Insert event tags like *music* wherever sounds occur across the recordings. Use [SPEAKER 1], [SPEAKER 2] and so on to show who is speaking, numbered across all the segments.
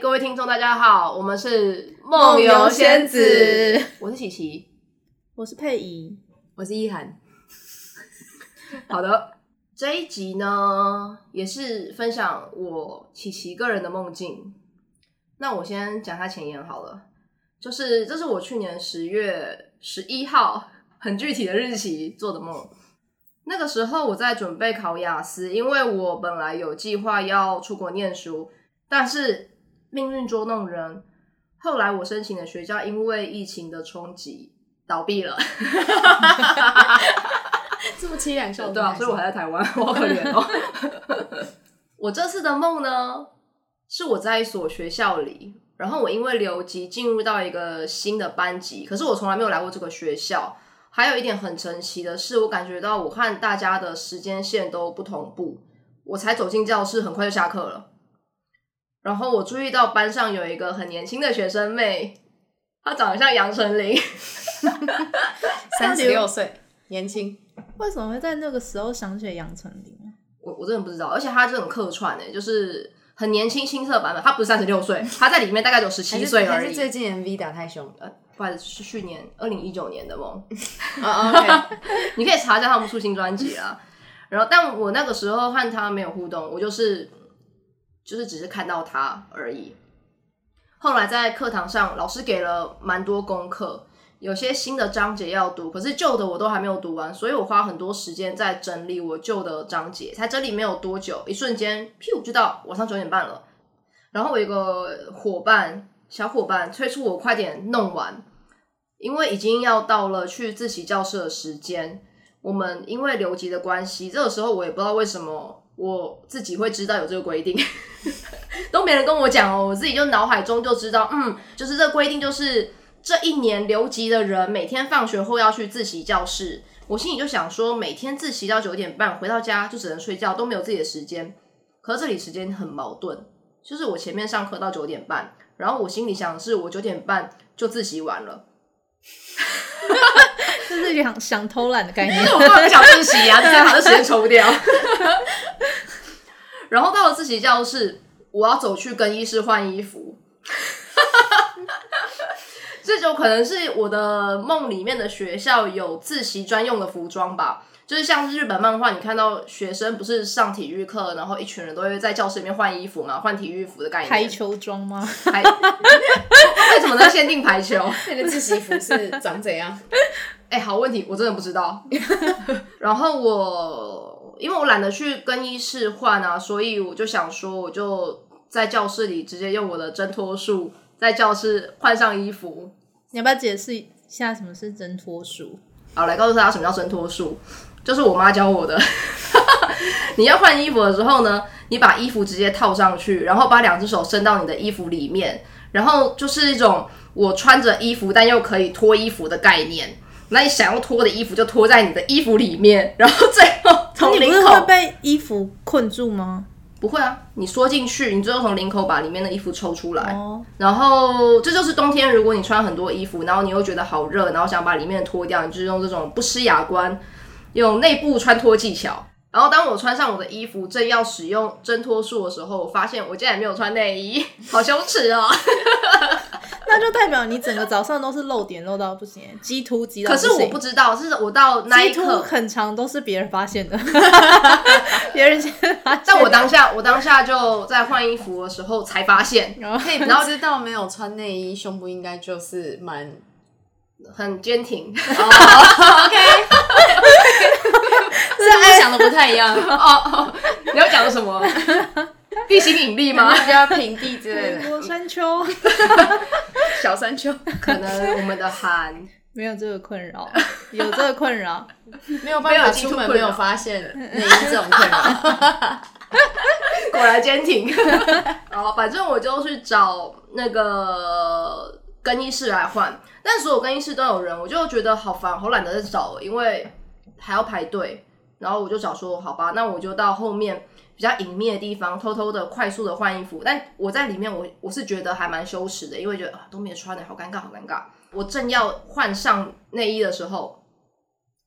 [SPEAKER 1] 各位听众，大家好，我们是
[SPEAKER 2] 梦游
[SPEAKER 1] 仙
[SPEAKER 2] 仙子，
[SPEAKER 1] 我是琪琪，
[SPEAKER 2] 我是佩仪，
[SPEAKER 3] 我是一涵，
[SPEAKER 1] 好的，这一集呢也是分享我琪琪个人的梦境。那我先讲它前言好了，就是这是我去年十月十一号很具体的日期做的梦。那个时候我在准备考雅思，因为我本来有计划要出国念书，但是命运捉弄人，后来我申请的学校因为疫情的冲击倒闭了。
[SPEAKER 3] *laughs* 这么凄凉笑
[SPEAKER 1] 对啊，所以我还在台湾， *laughs* 我好可怜哦。我这次的梦呢，是我在一所学校里，然后我因为留级进入到一个新的班级，可是我从来没有来过这个学校。还有一点很神奇的是，我感觉到我和大家的时间线都不同步，我才走进教室，很快就下课了。然后我注意到班上有一个很年轻的学生妹，她长得像杨丞琳，
[SPEAKER 3] 三十六岁，年轻，
[SPEAKER 2] 为什么会在那个时候想起了杨丞琳啊？
[SPEAKER 1] 我我真的不知道，而且他这种客串呢、就是很年轻青涩版本，他不是三十六岁，他在里面大概只有十
[SPEAKER 3] 还
[SPEAKER 1] 七
[SPEAKER 3] 是
[SPEAKER 1] 岁
[SPEAKER 3] 还
[SPEAKER 1] 而
[SPEAKER 3] 是
[SPEAKER 1] 已。
[SPEAKER 3] 最近 MV 打太凶了。
[SPEAKER 1] 不好意思，是去年二零一九年的梦，
[SPEAKER 3] 啊，OK，
[SPEAKER 2] *laughs*
[SPEAKER 1] 你可以查一下他们出新专辑啦。然后，但我那个时候和他没有互动，我就是就是只是看到他而已。后来在课堂上，老师给了蛮多功课，有些新的章节要读，可是旧的我都还没有读完，所以我花很多时间在整理我旧的章节。才整理没有多久，一瞬间，屁股就到晚上九点半了。然后我有一个伙伴，小伙伴催促我快点弄完，因为已经要到了去自习教室的时间。我们因为留级的关系，这个时候我也不知道为什么我自己会知道有这个规定， *laughs* 都没人跟我讲哦，我自己就脑海中就知道，嗯，就是这个规定就是这一年留级的人每天放学后要去自习教室。我心里就想说，每天自习到九点半，回到家就只能睡觉，都没有自己的时间。可是这里时间很矛盾，就是我前面上课到九点半，然后我心里想的是，我九点半就自习完了，
[SPEAKER 2] 这是一个想想偷懒的概念
[SPEAKER 1] 因为我根本不想自习啊，这样把这时间抽掉。 *laughs* 然后到了自习教室，我要走去更衣室换衣服。 *laughs* 这就可能是我的梦里面的学校有自习专用的服装吧，就是像日本漫画，你看到学生不是上体育课，然后一群人都会在教室里面换衣服嘛，换体育服的概念。
[SPEAKER 2] 排球装
[SPEAKER 1] *laughs*
[SPEAKER 2] 吗？
[SPEAKER 1] 排为什么在限定排球？
[SPEAKER 3] 那个自习服是长怎样？
[SPEAKER 1] 哎、好问题，我真的不知道。然后我因为我懒得去更衣室换啊，所以我就想说，我就在教室里直接用我的挣脱术在教室换上衣服。
[SPEAKER 2] 你要不要解释一下什么是挣脱术？
[SPEAKER 1] 好，来告诉大家什么叫挣脱术，就是我妈教我的。 *laughs* 你要换衣服的时候呢，你把衣服直接套上去，然后把两只手伸到你的衣服里面，然后就是一种我穿着衣服但又可以脱衣服的概念。那你想要脱的衣服就脱在你的衣服里面，然后最后从
[SPEAKER 2] 你不
[SPEAKER 1] 领
[SPEAKER 2] 是会
[SPEAKER 1] 口
[SPEAKER 2] 被衣服困住吗？
[SPEAKER 1] 不会啊，你缩进去，你最后从领口把里面的衣服抽出来。
[SPEAKER 2] 哦，
[SPEAKER 1] 然后这就是冬天，如果你穿很多衣服，然后你又觉得好热，然后想把里面脱掉，你就是用这种不施雅观，用内部穿脱技巧。然后当我穿上我的衣服，正要使用挣脱术的时候，我发现我竟然没有穿内衣，好羞耻哦！
[SPEAKER 2] 那就代表你整个早上都是露点露到不行，鸡突鸡到
[SPEAKER 1] 可
[SPEAKER 2] 不行。
[SPEAKER 1] 是我不知道，是我到那一
[SPEAKER 2] 鸡突
[SPEAKER 1] 刻，
[SPEAKER 2] 很长都是别人
[SPEAKER 1] *laughs*
[SPEAKER 2] 发现的，别人先发现。
[SPEAKER 1] 但我当下我当下就在换衣服的时候才发现，
[SPEAKER 2] 然后
[SPEAKER 3] *laughs* 可以不知道没有穿内衣，胸部应该就是蛮 *laughs*
[SPEAKER 1] 很坚挺。
[SPEAKER 3] OK，是不是想的不太一 *laughs* 样？哦
[SPEAKER 1] 你要讲什么？地心引力吗？
[SPEAKER 3] *laughs* 比较平地之类 *laughs* 的，
[SPEAKER 2] 我山丘
[SPEAKER 3] 小山丘
[SPEAKER 1] 可能我们的韩
[SPEAKER 2] 没有这个困扰，有这个困扰。
[SPEAKER 3] 没有办
[SPEAKER 1] 没
[SPEAKER 3] 法
[SPEAKER 1] 有进
[SPEAKER 3] 出
[SPEAKER 1] 入
[SPEAKER 3] 门，
[SPEAKER 1] 困
[SPEAKER 3] 没
[SPEAKER 1] 扰
[SPEAKER 3] 有发现内衣这种困 *laughs* 扰。
[SPEAKER 1] 果然坚挺。 *laughs* 好，反正我就去找那个更衣室来换，但所有更衣室都有人，我就觉得好烦，好懒得再找了，因为还要排队。然后我就想说，好吧，那我就到后面比较隐秘的地方，偷偷的、快速的换衣服。但我在里面我，我是觉得还蛮羞耻的，因为觉得啊都没穿的，好尴尬，好尴尬。我正要换上内衣的时候，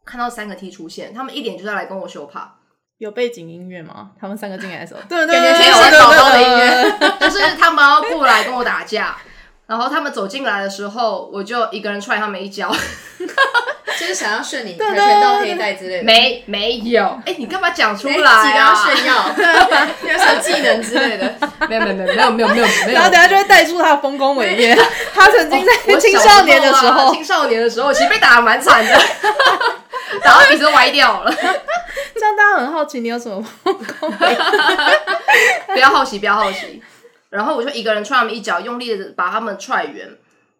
[SPEAKER 1] 看到三个 T 出现，他们一脸就在来跟我秀怕。
[SPEAKER 2] 有背景音乐吗？他们三个进来的时候， *laughs* 对
[SPEAKER 3] 感觉
[SPEAKER 1] 没
[SPEAKER 3] 天
[SPEAKER 1] 有
[SPEAKER 3] 使宝宝的音乐，
[SPEAKER 1] 乐， *laughs* 就是他们要过来跟我打架，然后他们走进来的时候，我就一个人踹他们一脚，
[SPEAKER 3] 就是想要顺你跆拳道黑带之类的，
[SPEAKER 1] 没没有，哎、你干嘛讲出
[SPEAKER 3] 哎
[SPEAKER 1] 来啊？
[SPEAKER 3] 几个 *laughs* 要炫耀，有什么技能之类 *laughs* 的，
[SPEAKER 1] 没有没有没有没有没有没有
[SPEAKER 2] *laughs*
[SPEAKER 1] 没有
[SPEAKER 2] 然后等下就会带出他的丰功伟业。 *laughs* 他曾经在
[SPEAKER 1] 我
[SPEAKER 2] 青
[SPEAKER 1] 小
[SPEAKER 2] 少年的
[SPEAKER 1] 时
[SPEAKER 2] 哦时
[SPEAKER 1] 候啊
[SPEAKER 2] 候 *laughs*
[SPEAKER 1] 青少年的时候其实被打的蛮惨的，打到鼻子都歪掉了。
[SPEAKER 2] 这样大家很好奇你有什么丰功伟业。
[SPEAKER 1] *laughs* 不要好奇，不要好奇。然后我就一个人踹他们一脚，用力的把他们踹远。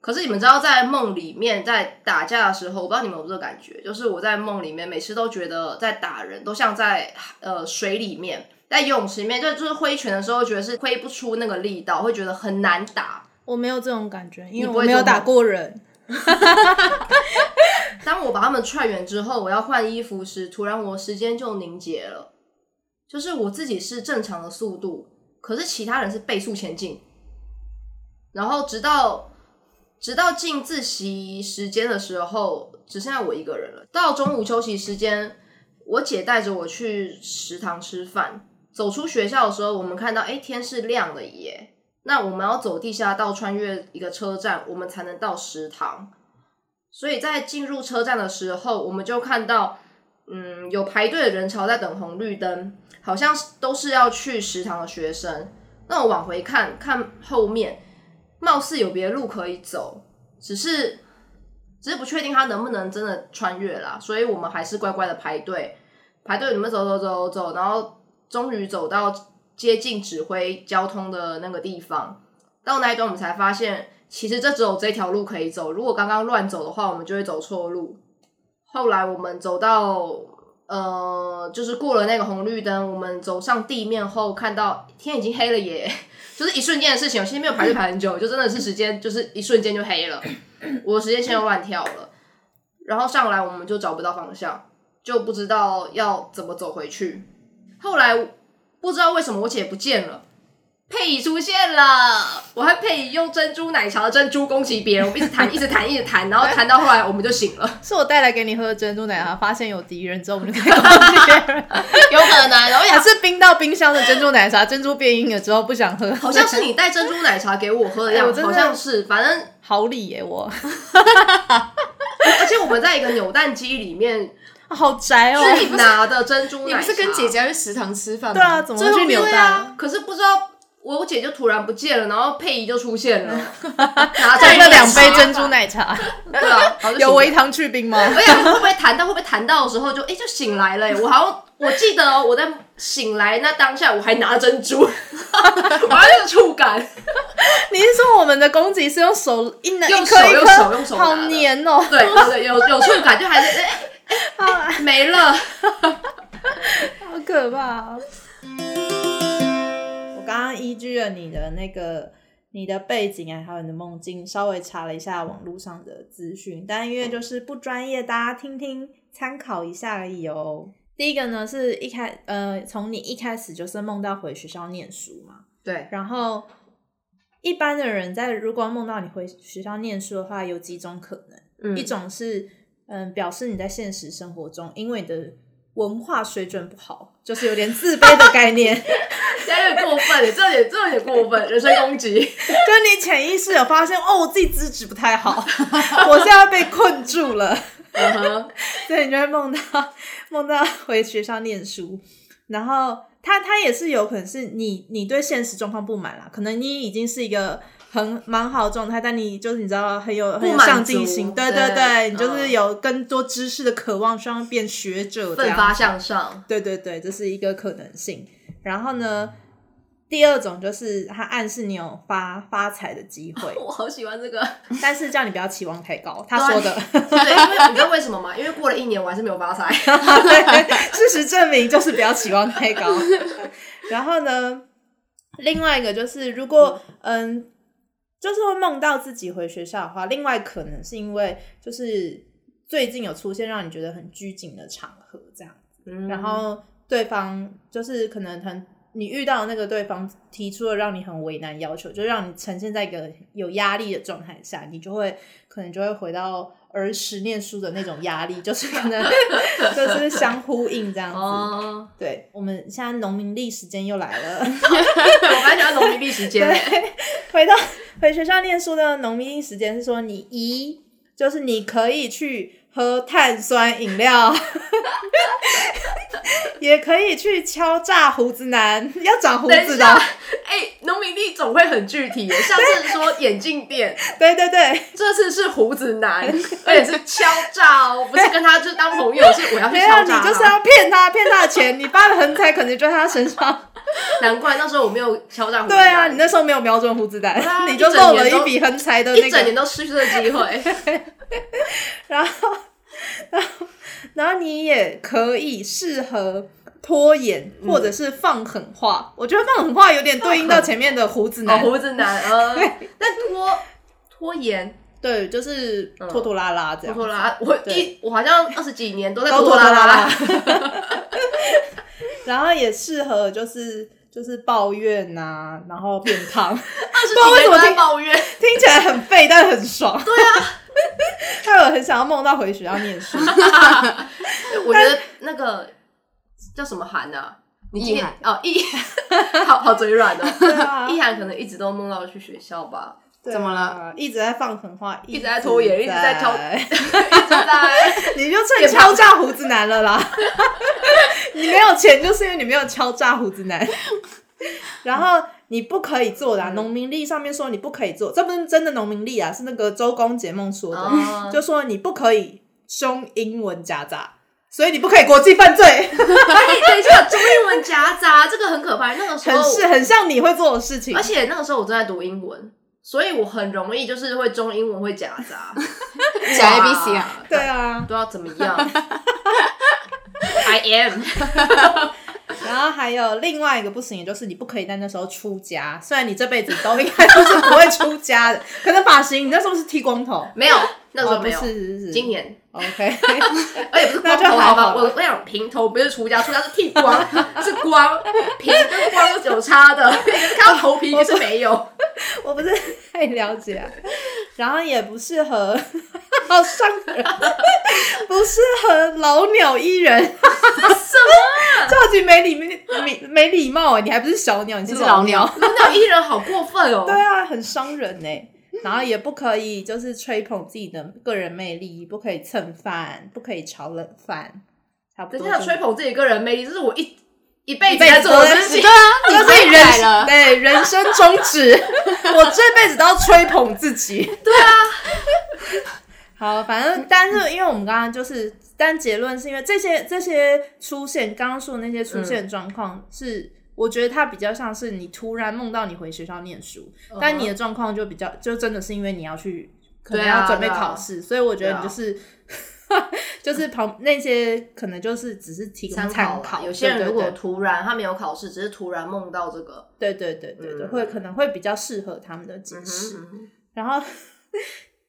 [SPEAKER 1] 可是你们知道，在梦里面在打架的时候，我不知道你们有没有这个感觉，就是我在梦里面每次都觉得在打人，都像在呃水里面，在游泳池里面，就就是挥拳的时候，觉得是挥不出那个力道，会觉得很难打。
[SPEAKER 2] *laughs* 我没有这种感觉，
[SPEAKER 1] 你
[SPEAKER 2] 因为
[SPEAKER 1] 不
[SPEAKER 2] 我
[SPEAKER 1] 会
[SPEAKER 2] 没有
[SPEAKER 1] 这种
[SPEAKER 2] 打过人。
[SPEAKER 1] 当我把他们踹远之后，我要换衣服时，突然我时间就凝结了，就是我自己是正常的速度，可是其他人是倍速前进，然后直到直到进自习时间的时候，只剩下我一个人了。到中午休息时间，我姐带着我去食堂吃饭。走出学校的时候，我们看到哎、诶天是亮的耶。那我们要走地下道，穿越一个车站，我们才能到食堂。所以在进入车站的时候，我们就看到，嗯，有排队的人潮在等红绿灯，好像是都是要去食堂的学生。那我往回看看后面，貌似有别的路可以走，只是只是不确定他能不能真的穿越啦，所以我们还是乖乖的排队，排队你们走走走走，然后终于走到接近指挥交通的那个地方，到那一段我们才发现，其实这只有这条路可以走，如果刚刚乱走的话，我们就会走错路。后来我们走到呃，就是过了那个红绿灯，我们走上地面后，看到天已经黑了耶， *laughs* 就是一瞬间的事情。哦我其实没有排队排很久，就真的是时间，就是一瞬间就黑了，我的时间线又乱跳了。然后上来我们就找不到方向，就不知道要怎么走回去。后来不知道为什么我姐不见了。佩仪出现了，我和佩仪用珍珠奶茶的珍珠攻击别人，我们一直弹，一直弹，一直弹，然后弹到后来我们就醒
[SPEAKER 2] *laughs*
[SPEAKER 1] 了。
[SPEAKER 2] 是我带来给你喝的珍珠奶茶，发现有敌人之后，我们就开始攻击别 *laughs* 人。
[SPEAKER 1] 有可能，然后
[SPEAKER 2] 还是冰到冰箱的珍珠奶茶，珍珠变硬了之后不想喝，
[SPEAKER 1] 好像是你带珍珠奶茶给我喝的
[SPEAKER 2] 哎
[SPEAKER 1] 样
[SPEAKER 2] 我
[SPEAKER 1] 子，
[SPEAKER 2] 真的
[SPEAKER 1] 好像是，反正
[SPEAKER 2] 好理耶、我
[SPEAKER 1] 而且我们在一个扭蛋机里面，
[SPEAKER 2] 好宅哦、
[SPEAKER 1] 是
[SPEAKER 2] *laughs*
[SPEAKER 1] 你拿的珍珠奶茶，
[SPEAKER 3] 你不是跟姐姐要去食堂吃饭吗？
[SPEAKER 2] 对啊，怎么
[SPEAKER 1] 最
[SPEAKER 2] 会
[SPEAKER 1] 后
[SPEAKER 2] 去扭
[SPEAKER 1] 对
[SPEAKER 2] 蛋？
[SPEAKER 1] 啊？可是不知道我姐就突然不见了，然后佩仪就出现
[SPEAKER 2] *laughs*
[SPEAKER 1] 了，拿着
[SPEAKER 2] 带了两
[SPEAKER 1] 奶茶
[SPEAKER 2] 杯珍珠，奶茶，
[SPEAKER 1] 对啊，然后就醒了
[SPEAKER 2] 有微糖去冰吗？
[SPEAKER 1] 而 *laughs* 且哎会不会弹到会不会弹到的时候就哎、就醒来了、哎我好像我记得哦，我在醒来那当下我还拿珍珠， *laughs* 我还有触感，
[SPEAKER 2] 你是说我们的攻击是用手一拿
[SPEAKER 1] 用
[SPEAKER 2] 一颗
[SPEAKER 1] 手
[SPEAKER 2] 一
[SPEAKER 1] 用手用手
[SPEAKER 2] 颗，
[SPEAKER 1] 拿的
[SPEAKER 2] 好黏哦、
[SPEAKER 1] 对对对，有有触感就还是哎、 *laughs* 哎没了。
[SPEAKER 2] 好可怕、我刚刚依据了你的那个、你的背景啊，还有你的梦境，稍微查了一下网络上的资讯，但因为就是不专业，大家听听参考一下而已哦。第一个呢，是一开呃，从你一开始就是梦到回学校念书嘛，
[SPEAKER 1] 对，
[SPEAKER 2] 然后一般的人在如果梦到你回学校念书的话，有几种可能。
[SPEAKER 1] 嗯
[SPEAKER 2] 一种是嗯，表示你在现实生活中因为你的文化水准不好，就是有点自卑的概
[SPEAKER 1] *laughs*
[SPEAKER 2] 念，就
[SPEAKER 1] 现在有点过分，这有点这有点过分，人身攻击。
[SPEAKER 2] 是你潜意识有发现哦，我自己资质不太好，
[SPEAKER 1] *laughs*
[SPEAKER 2] 我现在被困住了，
[SPEAKER 1] 嗯 *laughs* 哼，
[SPEAKER 2] 所以你就会梦到梦到回学校念书，然后他他也是有可能是你你对现实状况不满啦，可能你已经是一个。很蛮好的状态，但你就是你知道很有很有
[SPEAKER 1] 不满
[SPEAKER 2] 上
[SPEAKER 1] 足
[SPEAKER 2] 进心，对
[SPEAKER 1] 对
[SPEAKER 2] 对对，你就是
[SPEAKER 1] 嗯
[SPEAKER 2] 有更多知识的渴望，希望变学者这
[SPEAKER 1] 奋
[SPEAKER 2] 样
[SPEAKER 1] 发向上。，
[SPEAKER 2] 对对对，这是一个可能性。然后呢，第二种就是它暗示你有发发财的机会
[SPEAKER 1] 我好喜欢这个，
[SPEAKER 2] 但是叫你不要期望太高。他说的，
[SPEAKER 1] 哦 *laughs* 对，因为你知道为什么吗？因为过了一年，我还是没有发 *laughs* 财。
[SPEAKER 2] 对事实证明就是不要期望太高。然后呢，另外一个就是如果嗯。就是会梦到自己回学校的话，另外可能是因为就是最近有出现让你觉得很拘谨的场合，这样
[SPEAKER 1] 嗯
[SPEAKER 2] 然后对方就是可能很你遇到的那个对方提出了让你很为难的要求，就让你呈现在一个有压力的状态下，你就会可能就会回到儿时念书的那种压力，就是可能就是相呼应这样子。
[SPEAKER 1] 哦， *laughs*
[SPEAKER 2] 对，我们现在农民历时间又来了。
[SPEAKER 1] 我本来想要农民历时间，
[SPEAKER 2] 回到回学校念书的农民时间是说，你一就是你可以去喝碳酸饮料， *laughs* 也可以去敲诈胡子男，要长胡
[SPEAKER 1] 等
[SPEAKER 2] 子
[SPEAKER 1] 一
[SPEAKER 2] 的
[SPEAKER 1] 下
[SPEAKER 2] 哦，，
[SPEAKER 1] 哎，农民历总会很具
[SPEAKER 2] *laughs*
[SPEAKER 1] 体耶，上次说眼镜店，
[SPEAKER 2] 对对对，
[SPEAKER 1] 这次是胡子男，而且是敲诈哦，不是跟他就当朋友，是我要去
[SPEAKER 2] 没有
[SPEAKER 1] 敲
[SPEAKER 2] 你
[SPEAKER 1] 诈哦
[SPEAKER 2] 就是
[SPEAKER 1] 他。
[SPEAKER 2] 要骗他，骗他的钱，你发了横财可能就在他
[SPEAKER 1] *laughs*
[SPEAKER 2] 身上。
[SPEAKER 1] 难怪那时候我没有敲诈胡子
[SPEAKER 2] 对
[SPEAKER 1] 男，
[SPEAKER 2] 啊，你那时候没有瞄准胡子男，
[SPEAKER 1] 啊
[SPEAKER 2] 你就
[SPEAKER 1] 一整
[SPEAKER 2] 漏
[SPEAKER 1] 年
[SPEAKER 2] 了
[SPEAKER 1] 都
[SPEAKER 2] 一笔横财的那
[SPEAKER 1] 一整年
[SPEAKER 2] 个。
[SPEAKER 1] 都失去了机
[SPEAKER 2] *laughs*
[SPEAKER 1] 会。
[SPEAKER 2] 然后，然后，然后你也可以适合拖延，
[SPEAKER 1] 嗯
[SPEAKER 2] 或者是放狠话。我觉得放狠话有点对应到前面的胡子
[SPEAKER 1] 哦，
[SPEAKER 2] 男。
[SPEAKER 1] 胡子男，呃，但拖拖延
[SPEAKER 2] 对，就是
[SPEAKER 1] 嗯
[SPEAKER 2] 拖拖拉拉这样。
[SPEAKER 1] 拖拉，我
[SPEAKER 2] 对
[SPEAKER 1] 一我好像二十几年都在
[SPEAKER 2] 都
[SPEAKER 1] 拖
[SPEAKER 2] 拖
[SPEAKER 1] 拉
[SPEAKER 2] 拖拉
[SPEAKER 1] 拉
[SPEAKER 2] 拉， *laughs* 然后也适合就是就是抱怨呐、然后变胖， *laughs*
[SPEAKER 1] 二十
[SPEAKER 2] 不知道
[SPEAKER 1] 几年
[SPEAKER 2] 为什
[SPEAKER 1] 都
[SPEAKER 2] 么
[SPEAKER 1] 在
[SPEAKER 2] 听
[SPEAKER 1] 抱怨。
[SPEAKER 2] 听起来很废，但很爽。对啊， *laughs* 害我很想要梦到回学校
[SPEAKER 1] *laughs*
[SPEAKER 2] 念书。
[SPEAKER 1] 我觉得那个叫什么韩啊？你今
[SPEAKER 3] 意
[SPEAKER 1] 天
[SPEAKER 3] 涵
[SPEAKER 1] 哦，意 *laughs* 好好嘴软
[SPEAKER 2] 对
[SPEAKER 1] 哦。
[SPEAKER 2] 啊，
[SPEAKER 1] 意涵可能一直都梦到去学校
[SPEAKER 2] *laughs*
[SPEAKER 1] 吧，
[SPEAKER 2] 对
[SPEAKER 3] 怎么
[SPEAKER 2] 啊？一直在放狠话，
[SPEAKER 1] 一直在拖延一直在敲
[SPEAKER 2] 在
[SPEAKER 1] 一直在
[SPEAKER 2] 你就趁敲诈胡子男了啦。 *laughs* 你没有钱，就是因为你没有敲诈胡子男。 *laughs* 然后你不可以做的、啊，农民历上面说你不可以做，这不是真的农民历啊，是那个周公解梦说的，
[SPEAKER 1] 哦
[SPEAKER 2] 就说你不可以凶英文夹杂，所以你不可以国际犯罪，
[SPEAKER 1] 哎，等一下，中英文夹杂，这个很可怕。那个时候
[SPEAKER 2] 很， *laughs* 是很像你会做的事情
[SPEAKER 1] 而。且那个时候我正在读英文，所以我很容易就是会中英文会夹杂，
[SPEAKER 2] *laughs*
[SPEAKER 3] 讲 A B C 啊，
[SPEAKER 2] 对啊，
[SPEAKER 1] 都要怎么
[SPEAKER 2] *laughs*
[SPEAKER 1] 样？I am
[SPEAKER 2] 然后还有另外一个不行，也就是你不可以在那时候出家。虽然你这辈子都应该都是不会出家的，可能发型你那时候是剃光头，
[SPEAKER 1] 没有，那个时
[SPEAKER 2] 哦
[SPEAKER 1] 候没有
[SPEAKER 2] 不，是是是，
[SPEAKER 1] 今年
[SPEAKER 2] OK，
[SPEAKER 1] 而且不是光
[SPEAKER 2] 那就
[SPEAKER 1] 头，
[SPEAKER 2] 还好
[SPEAKER 1] 吧？
[SPEAKER 2] 了
[SPEAKER 1] 我我想平头不是出家，出家是剃光，
[SPEAKER 2] *laughs*
[SPEAKER 1] 是光平跟光是有差的， *laughs* 看到头皮就是没有。
[SPEAKER 2] *laughs* *laughs* 我不是太了解、啊，然后也不适合， *laughs* 好伤人， *laughs* 不适合老鸟依人，什啊么？超级没礼没没礼貌哎、你还不是小鸟，你是
[SPEAKER 3] 你是老鸟
[SPEAKER 2] 鸟，，
[SPEAKER 1] 那艺人好过分哦！
[SPEAKER 2] 对啊，很伤人哎、然后也不可以就是吹捧自己的个人魅力，不可以蹭饭，不可以炒冷饭，差不
[SPEAKER 1] 等
[SPEAKER 2] 多
[SPEAKER 1] 一
[SPEAKER 2] 就。
[SPEAKER 1] 下吹捧自己个人魅力，这是我一一辈
[SPEAKER 2] 一
[SPEAKER 1] 子
[SPEAKER 2] 辈
[SPEAKER 1] 在
[SPEAKER 2] 子
[SPEAKER 1] 做的
[SPEAKER 2] 都在
[SPEAKER 1] 事情
[SPEAKER 3] 对。啊，你
[SPEAKER 2] 就是
[SPEAKER 3] 被
[SPEAKER 2] 人
[SPEAKER 3] 改了，
[SPEAKER 2] 对人生宗旨，
[SPEAKER 1] *laughs*
[SPEAKER 2] 我这辈子都要吹捧自己。对 *laughs* 啊，好，反正但是因为我们刚刚就是，但结论是因为这些这些出现刚刚说的那些出
[SPEAKER 1] 嗯
[SPEAKER 2] 现状况是。我觉得它比较像是你突然梦到你回学校念书，
[SPEAKER 1] 嗯
[SPEAKER 2] 但你的状况就比较就真的是因为你要去可能
[SPEAKER 1] 对啊
[SPEAKER 2] 要准备
[SPEAKER 1] 对啊
[SPEAKER 2] 考试，所以我觉得
[SPEAKER 1] 对啊
[SPEAKER 2] 你就是、 *laughs* 就是旁那些可能就是只是提供
[SPEAKER 1] 参
[SPEAKER 2] 参
[SPEAKER 1] 考啦，有
[SPEAKER 2] 对
[SPEAKER 1] 些人
[SPEAKER 2] 对
[SPEAKER 1] 如
[SPEAKER 2] 对
[SPEAKER 1] 果突然他没有考试，只是突然梦到这个，
[SPEAKER 2] 对对对对对，
[SPEAKER 1] 嗯
[SPEAKER 2] 会可能会比较适合他们的解
[SPEAKER 1] 嗯
[SPEAKER 2] 释。
[SPEAKER 1] 哼
[SPEAKER 2] 然后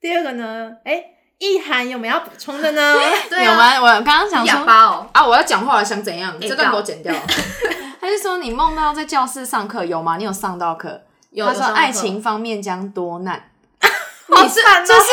[SPEAKER 2] 第二个呢，哎，意涵有没有要补充
[SPEAKER 1] *laughs*
[SPEAKER 2] 的呢？
[SPEAKER 1] 对
[SPEAKER 3] 有
[SPEAKER 1] 啊，
[SPEAKER 3] 吗？我刚刚想
[SPEAKER 1] 哑
[SPEAKER 3] 说，
[SPEAKER 1] 巴哦，
[SPEAKER 3] 啊，我要讲话了，想怎样？
[SPEAKER 1] 欸
[SPEAKER 3] 这段给我剪掉。哎 *laughs* 他就说你梦到在教室上课有吗？你有上到课？
[SPEAKER 1] 有
[SPEAKER 3] 他
[SPEAKER 1] 有
[SPEAKER 3] 说
[SPEAKER 1] 上到
[SPEAKER 3] 爱
[SPEAKER 1] 课
[SPEAKER 3] 情方面将多难。
[SPEAKER 2] 好
[SPEAKER 3] 你是
[SPEAKER 2] 惨哦
[SPEAKER 3] 就是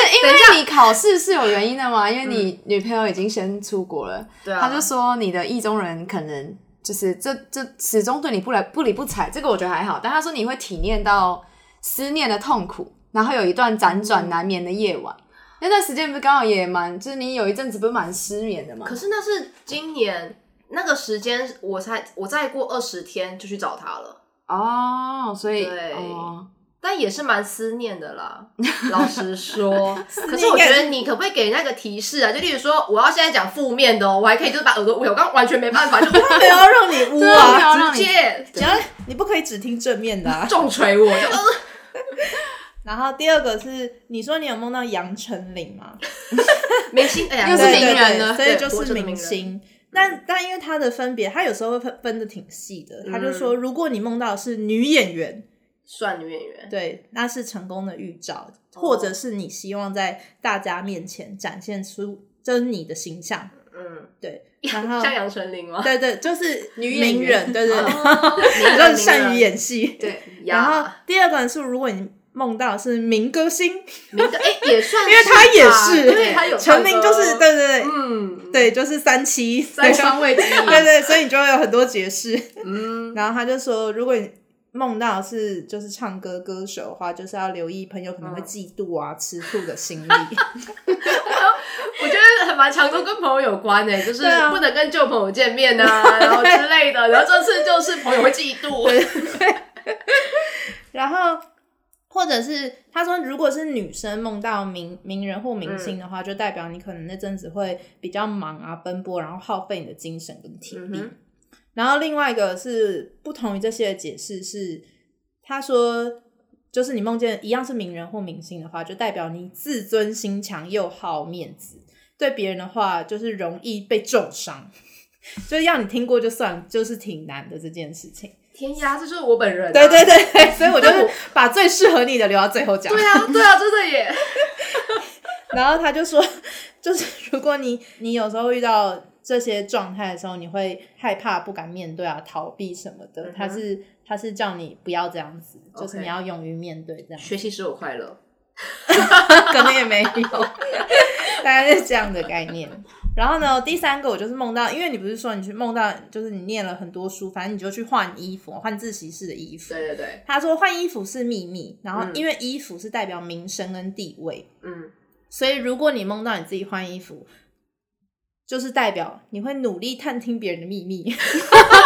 [SPEAKER 3] 因为你考试是有原因的嘛？因为你女朋友已经先出国了，
[SPEAKER 1] 对啊，
[SPEAKER 3] 他就说你的意中人可能就是这这始终对你不来不理不睬，这个我觉得还好。但他说你会体验到思念的痛苦，然后有一段辗转难眠的夜晚。那段时间不是刚好也蛮，就是你有一阵子不是蛮失眠的嘛？
[SPEAKER 1] 可是那是今年那个时间，我才我再过二十天就去找他了，
[SPEAKER 3] 哦，所以
[SPEAKER 1] 对
[SPEAKER 3] 哦，
[SPEAKER 1] 但也是蛮思念的啦。老实说，可是
[SPEAKER 2] 念
[SPEAKER 1] 我觉
[SPEAKER 2] 应该
[SPEAKER 1] 得你可不可以给人家一个提示啊？就例如说，我要现在讲负面的、哦，我还可以就是把耳朵捂起来，我刚刚完全没办法，就
[SPEAKER 2] 没有让你污
[SPEAKER 3] 对啊没
[SPEAKER 2] 啊，
[SPEAKER 3] 有要让
[SPEAKER 1] 直
[SPEAKER 3] 你
[SPEAKER 1] 接。
[SPEAKER 2] 只要你不可以只听正面的、啊
[SPEAKER 1] *laughs* 重锤我，就呃
[SPEAKER 2] 然后第二个是，你说你有梦到杨丞琳吗？
[SPEAKER 1] 明星，哎呀，
[SPEAKER 3] 又是
[SPEAKER 2] 对
[SPEAKER 1] 对
[SPEAKER 3] 名
[SPEAKER 2] 对
[SPEAKER 3] 人
[SPEAKER 2] 对
[SPEAKER 3] 了
[SPEAKER 2] 所以
[SPEAKER 1] 对
[SPEAKER 2] 就
[SPEAKER 1] 我
[SPEAKER 2] 是
[SPEAKER 1] 是名嗯
[SPEAKER 2] 明星。但但因为他的分别，他有时候会分分的挺细
[SPEAKER 1] 嗯
[SPEAKER 2] 的。他就说，如果你梦到的是女演员，
[SPEAKER 1] 算女演员，
[SPEAKER 2] 对，那是成功的预兆，或
[SPEAKER 1] 哦
[SPEAKER 2] 者是你希望在大家面前展现出就是你的形
[SPEAKER 1] *laughs*
[SPEAKER 2] 象，
[SPEAKER 1] 嗯，
[SPEAKER 2] 对，然后
[SPEAKER 1] 像杨丞琳吗？
[SPEAKER 2] 对对，就是
[SPEAKER 1] *laughs*
[SPEAKER 3] 女演
[SPEAKER 2] 名
[SPEAKER 3] 员
[SPEAKER 2] 人，对对，
[SPEAKER 1] 哦
[SPEAKER 2] *laughs* 对
[SPEAKER 1] 名人
[SPEAKER 2] 就是善于
[SPEAKER 1] *laughs* 名人
[SPEAKER 2] 演戏。
[SPEAKER 3] 对，
[SPEAKER 2] 然后
[SPEAKER 1] 呀，
[SPEAKER 2] 第二个是，如果你梦到是民
[SPEAKER 1] *laughs*
[SPEAKER 2] 歌星， *laughs* 因
[SPEAKER 1] 名字哎、也算是吧，
[SPEAKER 2] 为他也是，
[SPEAKER 1] 因为他有
[SPEAKER 2] 成
[SPEAKER 1] 唱
[SPEAKER 2] 名
[SPEAKER 1] 歌
[SPEAKER 2] 就是对对对、
[SPEAKER 1] 嗯，
[SPEAKER 2] 对，就是三七
[SPEAKER 1] 三
[SPEAKER 2] 对
[SPEAKER 1] 双位机，
[SPEAKER 2] 对对，所以你就会有很多解释。
[SPEAKER 1] 嗯，
[SPEAKER 2] 然后他就说，如果你梦到是就是唱歌歌手的话，就是要留意朋友可能会
[SPEAKER 1] 嗯
[SPEAKER 2] 嫉妒啊、吃醋的心理。
[SPEAKER 1] 我觉得很蛮常都跟朋友有关诶、就是
[SPEAKER 2] 对啊
[SPEAKER 1] 不能跟旧朋友见面
[SPEAKER 2] *laughs*
[SPEAKER 1] 啊，然后之类的，然后这次就是朋友会嫉妒，
[SPEAKER 2] 然后或者是他说，如果是女生梦到名名人或明星的
[SPEAKER 1] 嗯
[SPEAKER 2] 话，就代表你可能那阵子会比较忙啊、奔波，然后耗费你的精神跟体
[SPEAKER 1] 嗯
[SPEAKER 2] 力。
[SPEAKER 1] 哼
[SPEAKER 2] 然后另外一个是不同于这些的解释是，他说。就是你梦见一样是名人或明星的话，就代表你自尊心强又好面子，对别人的话就是容易被重伤， *laughs* 就是要你听过就算，就是挺难的这件事情。
[SPEAKER 1] 天涯，这就是我本人、啊，
[SPEAKER 2] 对对
[SPEAKER 1] *laughs*
[SPEAKER 2] 对，对所以我就
[SPEAKER 1] 但
[SPEAKER 2] 是
[SPEAKER 1] 我
[SPEAKER 2] 把最适合你的留到最后讲。
[SPEAKER 1] 对啊，对啊，真的耶，
[SPEAKER 2] 然后他就说，就是如果你你有时候遇到这些状态的时候，你会害怕、不敢面对啊、逃避什么的，
[SPEAKER 1] 嗯哼
[SPEAKER 2] 他是他是叫你不要这样子，就是
[SPEAKER 1] OK
[SPEAKER 2] 你要勇于面对这样，
[SPEAKER 1] 学习使我快乐，
[SPEAKER 2] *laughs* 可能也没有， *laughs* 大概是这样的概念。然后呢，第三个我就是梦到，因为你不是说你去梦到，就是你念了很多书，反正你就去换衣服，换自习室的衣服。
[SPEAKER 1] 对对对，
[SPEAKER 2] 他说换衣服是秘密，然后
[SPEAKER 1] 嗯
[SPEAKER 2] 因为衣服是代表名声跟地位，
[SPEAKER 1] 嗯，
[SPEAKER 2] 所以如果你梦到你自己换衣服，就是代表你会努力探听别人的秘密。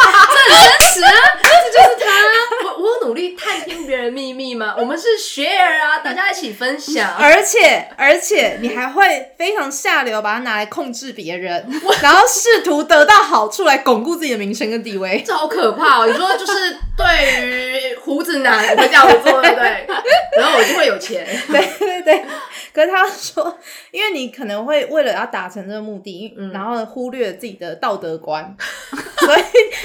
[SPEAKER 1] 是啊，这 *laughs* 就是他，我我有努力探听别人秘密吗？我们是 share
[SPEAKER 2] *laughs*
[SPEAKER 1] 啊，大家一起分享，
[SPEAKER 2] 嗯而且而且你还会非常下流，把它拿来控制别人，然后试图得到好处来巩固自己的名声跟地位。
[SPEAKER 1] 这好可怕哦！你说就是对于胡子男，我会这样做，对不
[SPEAKER 2] *laughs*
[SPEAKER 1] 对？然后我就会有钱，
[SPEAKER 2] 对对对，可是他说，因为你可能会为了要达成这个目的，
[SPEAKER 1] 嗯
[SPEAKER 2] 然后忽略自己的道德观， *laughs* 所以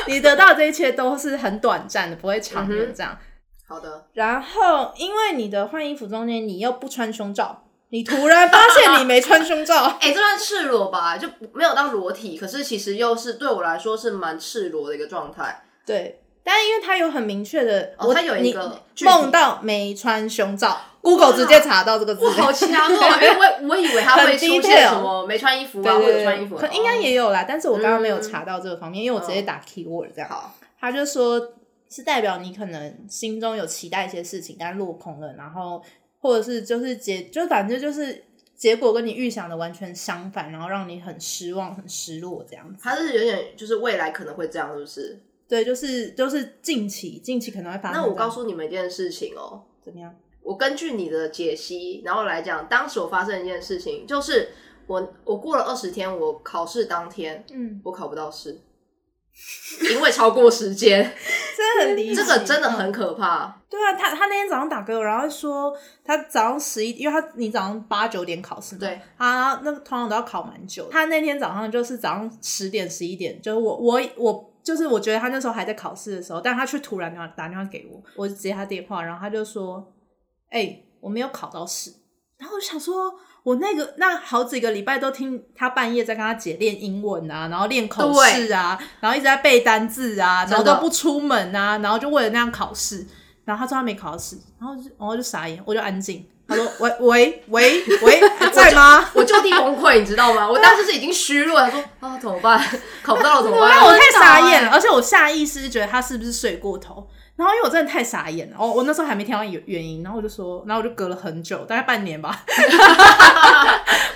[SPEAKER 2] 你得到这一切都是很短暂的，不会长
[SPEAKER 1] 嗯
[SPEAKER 2] 远
[SPEAKER 1] 哼
[SPEAKER 2] 这样。
[SPEAKER 1] 好的，
[SPEAKER 2] 然后因为你的换衣服中间你又不穿胸罩，你突然发现你没穿
[SPEAKER 1] *laughs*
[SPEAKER 2] 胸罩，
[SPEAKER 1] 哎、这算赤裸吧？就没有到裸体，可是其实又是对我来说是蛮赤裸的一个状态。
[SPEAKER 2] 对。但因为它有很明确的，
[SPEAKER 1] 哦
[SPEAKER 2] 我
[SPEAKER 1] 它有一个
[SPEAKER 2] 你
[SPEAKER 1] 距离
[SPEAKER 2] 梦到没穿胸罩，Google 直接查到这个字
[SPEAKER 1] 哇，，好强哦！ *laughs* 因为我我以为他会出
[SPEAKER 2] 很
[SPEAKER 1] 现
[SPEAKER 2] detail
[SPEAKER 1] 什么没穿衣服
[SPEAKER 2] 对
[SPEAKER 1] 啊，或
[SPEAKER 2] 对
[SPEAKER 1] 者
[SPEAKER 2] 对，
[SPEAKER 1] 穿衣服啊，
[SPEAKER 2] 可应该也有啦，但是我刚刚没有
[SPEAKER 1] 嗯
[SPEAKER 2] 查到这个方面，因为我直接打 keyword 这样
[SPEAKER 1] 哦。好。
[SPEAKER 2] 他就说是代表你可能心中有期待一些事情，但落空了，然后或者是就是结，就反正就是结果跟你预想的完全相反，然后让你很失望、很失落这样子。
[SPEAKER 1] 他是有点，就是未来可能会这样，是不是？
[SPEAKER 2] 对，就是就是近期，近期可能会发生
[SPEAKER 1] 那
[SPEAKER 2] 这样。
[SPEAKER 1] 我告诉你们一件事情哦，
[SPEAKER 2] 怎么样？
[SPEAKER 1] 我根据你的解析，然后来讲，当时我发生一件事情，就是我我过了二十天，我考试当天
[SPEAKER 2] 嗯，
[SPEAKER 1] 我考不到试， *laughs* 因为超过时
[SPEAKER 2] *laughs*
[SPEAKER 1] 间，
[SPEAKER 2] 这很离奇，
[SPEAKER 1] 这个真的
[SPEAKER 2] 嗯
[SPEAKER 1] 很可怕。
[SPEAKER 2] 对啊。他他那天早上打给我，然后说他早上十一，因为他你早上八九点考试嘛，
[SPEAKER 1] 对，
[SPEAKER 2] 他那个通常都要考蛮久的。他那天早上就是早上十点十一点，就是我我我就是我觉得他那时候还在考试的时候，但他却突然打打电话给我，我就接他电话，然后他就说：“哎、我没有考到试。”然后我想说。我那个那好几个礼拜都听他半夜在跟他姐练英文啊，然后练口试啊，然后一直在背单字啊，然后
[SPEAKER 1] 真的
[SPEAKER 2] 都不出门啊，然后就为了那样考试，然后他说他没考到试，然后我就然后就傻眼，我就安静。他说喂喂喂喂，在吗？
[SPEAKER 1] *laughs* 我就地崩溃，你知道吗？我当时是已经虚弱，想说啊怎么办？ *laughs* 考不到了怎么办？
[SPEAKER 2] 那我太傻
[SPEAKER 1] 昏
[SPEAKER 2] 眼
[SPEAKER 1] 倒
[SPEAKER 2] 了，
[SPEAKER 1] 欸。
[SPEAKER 2] 而且我下意识觉得他是不是睡过头。然后因为我真的太傻眼了，我我那时候还没听到原原因，然后我就说，然后我就隔了很久，大概半
[SPEAKER 1] *laughs*
[SPEAKER 2] 年吧，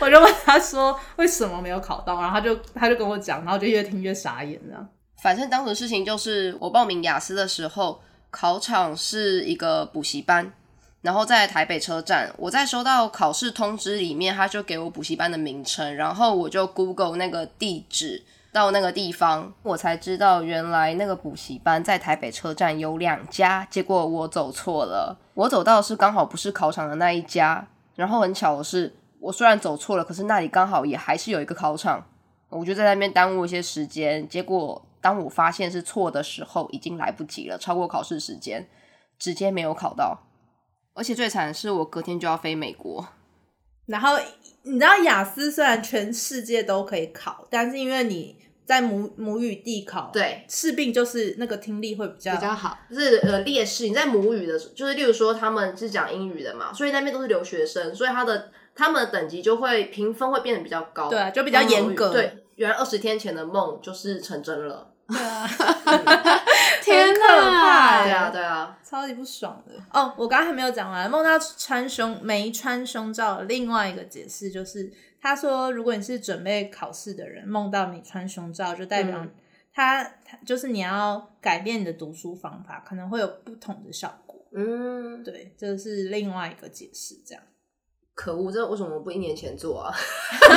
[SPEAKER 2] 我就问他说为什么没有考到，然后他就他就跟我讲，然后我就越听越傻眼这样。
[SPEAKER 1] 反正当时的事情就是，我报名雅思的时候，考场是一个补习班，然后在台北车站，我在收到考试通知里面，他就给我补习班的名称，然后我就 Google 那个地址。到那个地方，我才知道原来那个补习班在台北车站有两家，结果我走错了。我走到的是刚好不是考场的那一家，然后很巧的是，我虽然走错了，可是那里刚好也还是有一个考场，我就在那边耽误一些时间。结果当我发现是错的时候，已经来不及了，超过考试时间，直接没有考到。而且最惨的是，我隔天就要飞美国。
[SPEAKER 2] 然后你知道雅思虽然全世界都可以考，但是因为你在母母语地考，，
[SPEAKER 1] 对，
[SPEAKER 2] 视病就是那个听力会比较
[SPEAKER 3] 比较好。
[SPEAKER 1] 就是呃劣势。你在母语的时候，就是例如说他们是讲英语的嘛，所以那边都是留学生，所以他的他们的等级就会评分会变得比较高，
[SPEAKER 2] 对啊，就比较严格，
[SPEAKER 1] 对，原来二十天前的梦就是成真了。
[SPEAKER 2] 对
[SPEAKER 1] *laughs*
[SPEAKER 2] 啊，
[SPEAKER 3] 天
[SPEAKER 2] 很可怕欸
[SPEAKER 3] 哪！
[SPEAKER 1] 对啊，对啊，
[SPEAKER 2] 超级不爽的。哦，我刚刚还没有讲完，梦到穿胸没穿胸罩，另外一个解释就是，他说如果你是准备考试的人，梦到你穿胸罩，就代表
[SPEAKER 1] 嗯
[SPEAKER 2] 他、他就是你要改变你的读书方法，可能会有不同的效果。
[SPEAKER 1] 嗯，
[SPEAKER 2] 对，这是另外一个解释，这样。
[SPEAKER 1] 可恶，这为什么不一年前做啊？ *laughs*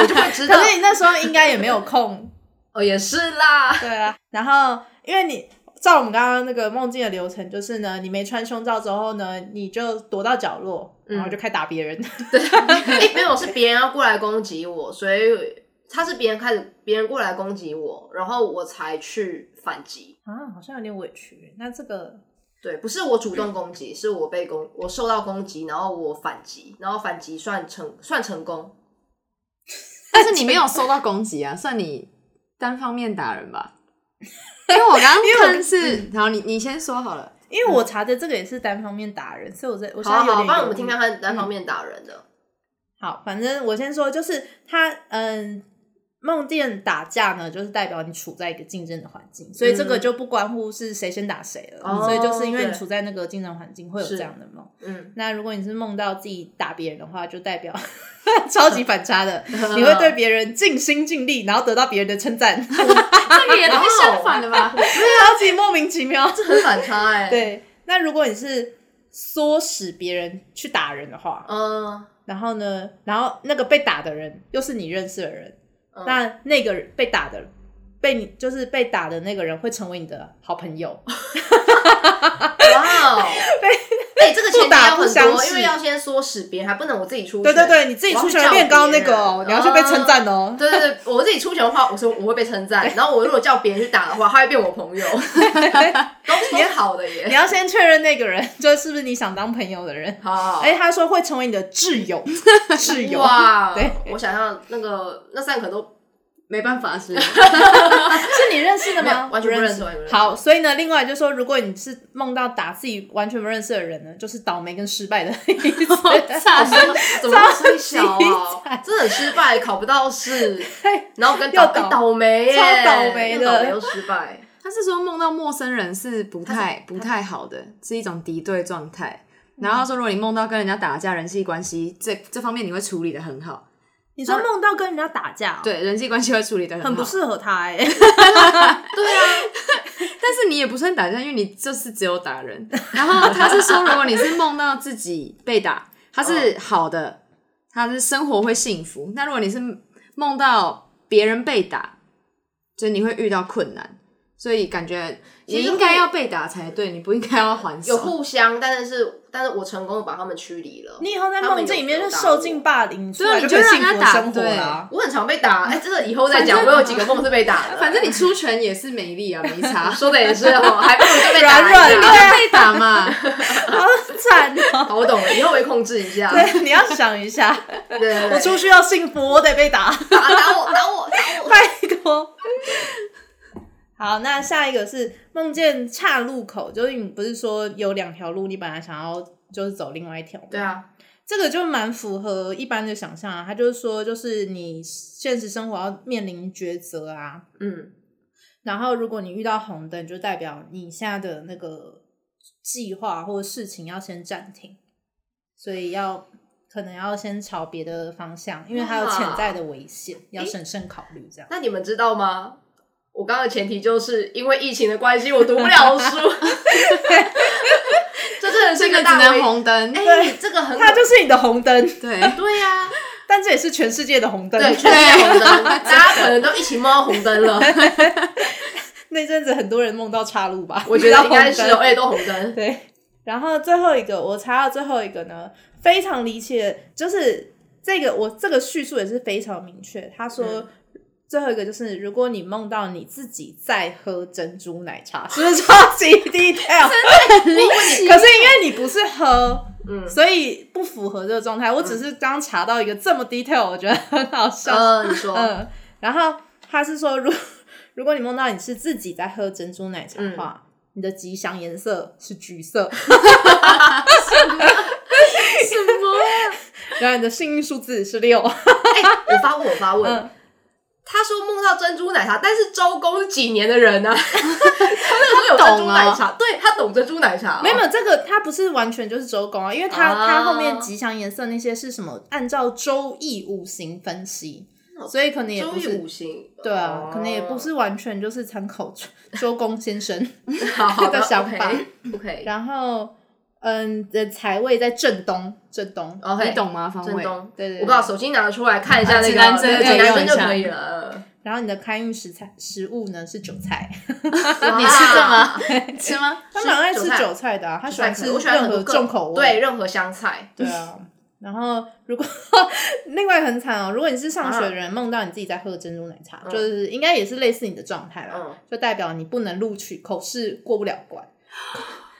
[SPEAKER 1] 我就会知道
[SPEAKER 2] 可。是你那时候应该也没有空
[SPEAKER 1] 哦，也是 *laughs* 啦。
[SPEAKER 2] *laughs* 对啊，然后因为你照我们刚刚那个梦境的流程，就是呢，你没穿胸罩之后呢，你就躲到角落，然后就开始打别人。 *laughs*
[SPEAKER 1] 哎，没有，是别人要过来攻击我，所以他是别人开始，别人过来攻击我，然后我才去反击。
[SPEAKER 2] 啊，好像有点委屈。那这个
[SPEAKER 1] 对，不是我主动攻击，是我被攻，我受到攻击，然后我反击，然后反击算成算成功。
[SPEAKER 3] *laughs* 但是你没有受到攻击啊，算你单方面打人吧。 *laughs* 因为我嗯刚刚看是，好，你你先说好了。
[SPEAKER 2] 因为我查的这个也是单方面打人，所以我啊在我现
[SPEAKER 1] 好
[SPEAKER 2] 在有
[SPEAKER 1] 好，
[SPEAKER 2] 点
[SPEAKER 1] 帮我
[SPEAKER 2] 犹
[SPEAKER 1] 们
[SPEAKER 2] 豫嗯
[SPEAKER 1] 听看看单方面打人的。
[SPEAKER 2] 好，反正我先说，就是他，嗯，梦见打架呢，就是代表你处在一个竞争的环境，所以这个
[SPEAKER 1] 嗯
[SPEAKER 2] 就不关乎是谁先打谁了。
[SPEAKER 1] 哦
[SPEAKER 2] 所以就是因为你
[SPEAKER 1] 对
[SPEAKER 2] 处在那个竞争环境，会有
[SPEAKER 1] 是
[SPEAKER 2] 这样的梦。
[SPEAKER 1] 嗯，
[SPEAKER 2] 那如果你是梦到自己打别人的话，就代表 *laughs* 超级反差的，你会对别人尽心尽力，然后得到别人的称赞， *laughs* 啊
[SPEAKER 3] 这个也太相反了吧？
[SPEAKER 2] 超级莫名其妙。
[SPEAKER 1] *laughs*
[SPEAKER 2] *laughs*
[SPEAKER 1] 这很反差哎、，
[SPEAKER 2] 对，那如果你是唆使别人去打人的话，
[SPEAKER 1] 嗯，
[SPEAKER 2] 然后呢，然后那个被打的人又是你认识的人，
[SPEAKER 1] 嗯
[SPEAKER 2] 那那个人被打的人被你就是被打的那个人会成为你的好
[SPEAKER 1] *laughs*
[SPEAKER 2] 朋友， *laughs*
[SPEAKER 1] 哇哦！哎、这个前提要
[SPEAKER 2] 不打不
[SPEAKER 1] 很
[SPEAKER 2] 相
[SPEAKER 1] 多，
[SPEAKER 2] 识
[SPEAKER 1] 因为要先唆使别人，还不能我自己出
[SPEAKER 2] 对
[SPEAKER 1] 拳。
[SPEAKER 2] 对对，你自己出拳变高那个哦，
[SPEAKER 1] 我
[SPEAKER 2] 你
[SPEAKER 1] 要
[SPEAKER 2] 要
[SPEAKER 1] 去叫
[SPEAKER 2] 去
[SPEAKER 1] 别人
[SPEAKER 2] 被称赞哦。
[SPEAKER 1] 对对对，我自己出拳的话，我说我会被称赞，然后我如果叫别人去打的话，他会变我朋
[SPEAKER 2] *laughs*
[SPEAKER 1] 友，都挺好的
[SPEAKER 2] 你
[SPEAKER 1] 耶。
[SPEAKER 2] 要先确认那个人就是不是你想当朋友
[SPEAKER 1] *laughs*
[SPEAKER 2] 的人。
[SPEAKER 1] 好，
[SPEAKER 2] 哎，他说会成为你的挚
[SPEAKER 1] *laughs*
[SPEAKER 2] 友，挚友，
[SPEAKER 1] 哦哇，
[SPEAKER 2] 对，
[SPEAKER 1] 我想象那个那三个都
[SPEAKER 3] *laughs* 没办法， *laughs* 是
[SPEAKER 2] 是你认识的
[SPEAKER 1] 没
[SPEAKER 2] 吗？
[SPEAKER 1] 有完全不认识
[SPEAKER 2] 识
[SPEAKER 1] 完全不认。识
[SPEAKER 2] 好，所以呢，另外就说，如果你是梦到打自己完全不认识的人呢，就是倒霉跟失败的意
[SPEAKER 1] *laughs*
[SPEAKER 2] 思。
[SPEAKER 1] 哦
[SPEAKER 3] 惨
[SPEAKER 2] *laughs*
[SPEAKER 1] 怎么那么小啊？真的很失败，考不到试，然后跟倒
[SPEAKER 2] 又倒
[SPEAKER 1] 哎倒霉耶，
[SPEAKER 2] 超倒霉的
[SPEAKER 1] 又倒霉又失败。
[SPEAKER 3] 他是说梦到陌生人是不太不太好的，是一种敌对状态。然后他说，如果你梦到跟人家打架，人际关系这这方面你会处理的很好，
[SPEAKER 2] 你说梦到跟人家打架、哦，，
[SPEAKER 3] 对人际关系会处理的
[SPEAKER 2] 很
[SPEAKER 3] 好
[SPEAKER 2] 不。适合他哎、
[SPEAKER 3] 但是你也不算打架，因为你就是只有打人。然后他是说，如果你是梦到自己被打，他是好的，他是生活会幸福。那如果你是梦到别人被打，就是你会遇到困难，所以感觉你应该要被打才对，你不应该要还手。
[SPEAKER 1] 有互相，但是但是我成功地把他们驱离了。
[SPEAKER 2] 你以后在梦境里面就受尽霸凌，出
[SPEAKER 3] 对啊
[SPEAKER 2] 来
[SPEAKER 3] 你
[SPEAKER 2] 可
[SPEAKER 3] 就
[SPEAKER 2] 以
[SPEAKER 3] 让
[SPEAKER 2] 幸福
[SPEAKER 3] 他
[SPEAKER 2] 的
[SPEAKER 3] 打
[SPEAKER 2] 生活
[SPEAKER 3] 对 *laughs*
[SPEAKER 2] 啦。
[SPEAKER 1] 我很常被打，哎、这个以后再讲。
[SPEAKER 3] 反
[SPEAKER 1] 我
[SPEAKER 3] 正
[SPEAKER 1] 有几个梦是被打
[SPEAKER 2] *laughs*
[SPEAKER 1] 的，。
[SPEAKER 3] 反正你出拳也是没力啊，没差
[SPEAKER 1] *laughs* 说的也是哦，还不如就被打
[SPEAKER 2] 软
[SPEAKER 1] 一下
[SPEAKER 2] 软的
[SPEAKER 3] 你就被打嘛，
[SPEAKER 2] 好惨哦！ *laughs*
[SPEAKER 1] 好，我懂了，以后我会控制一下。
[SPEAKER 2] 对，你要想一下，
[SPEAKER 1] 对对对，
[SPEAKER 2] 我出去要幸福，我得被打，
[SPEAKER 1] 打打我打我打我，
[SPEAKER 2] 拜托。好，那下一个是梦见岔路口，就是你不是说有两条路，你本来想要就是走另外一条吗
[SPEAKER 1] 对啊，
[SPEAKER 2] 这个就蛮符合一般的想象啊。他就是说，就是你现实生活要面临抉择啊，
[SPEAKER 1] 嗯，
[SPEAKER 2] 然后如果你遇到红灯，就代表你现在的那个计划或事情要先暂停，所以要可能要先朝别的方向，因为还有潜在的危险，要审慎考虑。这样，
[SPEAKER 1] 那你们知道吗？我刚刚的前提就是因为疫情的关系，我读不了书， *laughs* 这真的是
[SPEAKER 3] 这
[SPEAKER 1] 一
[SPEAKER 3] 个
[SPEAKER 1] 个
[SPEAKER 3] 只
[SPEAKER 1] 大
[SPEAKER 3] 能
[SPEAKER 1] 危。*laughs*
[SPEAKER 3] 红灯。
[SPEAKER 1] 哎、这个很
[SPEAKER 2] 它就是你的红灯，
[SPEAKER 3] 对，
[SPEAKER 1] 对呀、啊，
[SPEAKER 2] 但这也是全世界的红灯。
[SPEAKER 1] 对，全是红灯，大家可能都一起梦到红灯了，
[SPEAKER 2] 那阵子很多人梦到岔路吧？
[SPEAKER 1] 我觉得应该是哦，
[SPEAKER 2] 遇到红
[SPEAKER 1] 而且都红灯
[SPEAKER 2] 灯。，对，然后最后一个，我查到最后一个呢，非常离奇的，就是这个我这个叙述也是非常明确。他说、
[SPEAKER 1] 嗯
[SPEAKER 2] 最后一个就是，如果你梦到你自己在喝珍珠
[SPEAKER 1] *laughs*
[SPEAKER 2] 奶茶，是不是超级 detail？可是因为你不是喝，
[SPEAKER 1] 嗯
[SPEAKER 2] 所以不符合这个状态。我只是刚查到一个这么 detail，我觉得很好笑。
[SPEAKER 1] *laughs*
[SPEAKER 2] 嗯
[SPEAKER 1] 呃，你说，
[SPEAKER 2] 嗯，然后他是说，如 *laughs* 如果你梦到你是自己在喝珍珠奶茶的话，
[SPEAKER 1] 嗯
[SPEAKER 2] 你的吉祥颜色是橘色， *laughs*
[SPEAKER 1] 什么？
[SPEAKER 2] 然后你的幸运数字是六。
[SPEAKER 1] 哎、我发问，我发问。
[SPEAKER 2] 嗯
[SPEAKER 1] 他说梦到珍珠奶茶，但是周公是几年的人
[SPEAKER 2] *laughs*
[SPEAKER 1] 呢、啊？他那个时候有珍珠奶茶，对他懂珍珠奶茶哦、
[SPEAKER 2] 啊没有没有，这个它不是完全就是周公啊，因为它它
[SPEAKER 1] 啊
[SPEAKER 2] 后面吉祥颜色那些是什么？按照周易五行分析，所以可能也
[SPEAKER 1] 哦周
[SPEAKER 2] 不
[SPEAKER 1] 易
[SPEAKER 2] 是
[SPEAKER 1] 五行，
[SPEAKER 2] 对啊
[SPEAKER 1] 哦，
[SPEAKER 2] 可能也不是完全就是参考周周公先生。
[SPEAKER 1] 好好
[SPEAKER 2] 的想法
[SPEAKER 1] 哦 OK，
[SPEAKER 2] 然后，嗯，的财位在正东，正东。
[SPEAKER 1] OK，
[SPEAKER 3] 你懂吗？方
[SPEAKER 1] 正
[SPEAKER 3] 伟，
[SPEAKER 1] 东。
[SPEAKER 2] 对啊对对
[SPEAKER 1] 我把手机拿出来看一下那个
[SPEAKER 3] 指南针
[SPEAKER 1] 对
[SPEAKER 2] 对
[SPEAKER 1] 指南
[SPEAKER 2] 用
[SPEAKER 1] 针
[SPEAKER 2] 一
[SPEAKER 1] 就
[SPEAKER 3] 下
[SPEAKER 1] 可以
[SPEAKER 2] *laughs*
[SPEAKER 1] 了。
[SPEAKER 2] 然后你的开运食材食物呢是韭菜，
[SPEAKER 1] 哇
[SPEAKER 3] 你吃这吗？吃吗？
[SPEAKER 2] 他蛮爱吃
[SPEAKER 1] 韭菜
[SPEAKER 2] 韭菜的啊，他喜欢吃
[SPEAKER 1] 我喜欢
[SPEAKER 2] 任
[SPEAKER 1] 很
[SPEAKER 2] 何
[SPEAKER 1] 多个
[SPEAKER 2] 重口味。
[SPEAKER 1] 对任何香菜。
[SPEAKER 2] 对啊。然后，如果 *laughs* 另外很惨哦，如果你是上学的人，梦到你自己在喝珍珠奶茶，
[SPEAKER 1] 嗯
[SPEAKER 2] 就是应该也是类似你的状态啦，
[SPEAKER 1] 嗯
[SPEAKER 2] 就代表你不能录取，口试过不了关。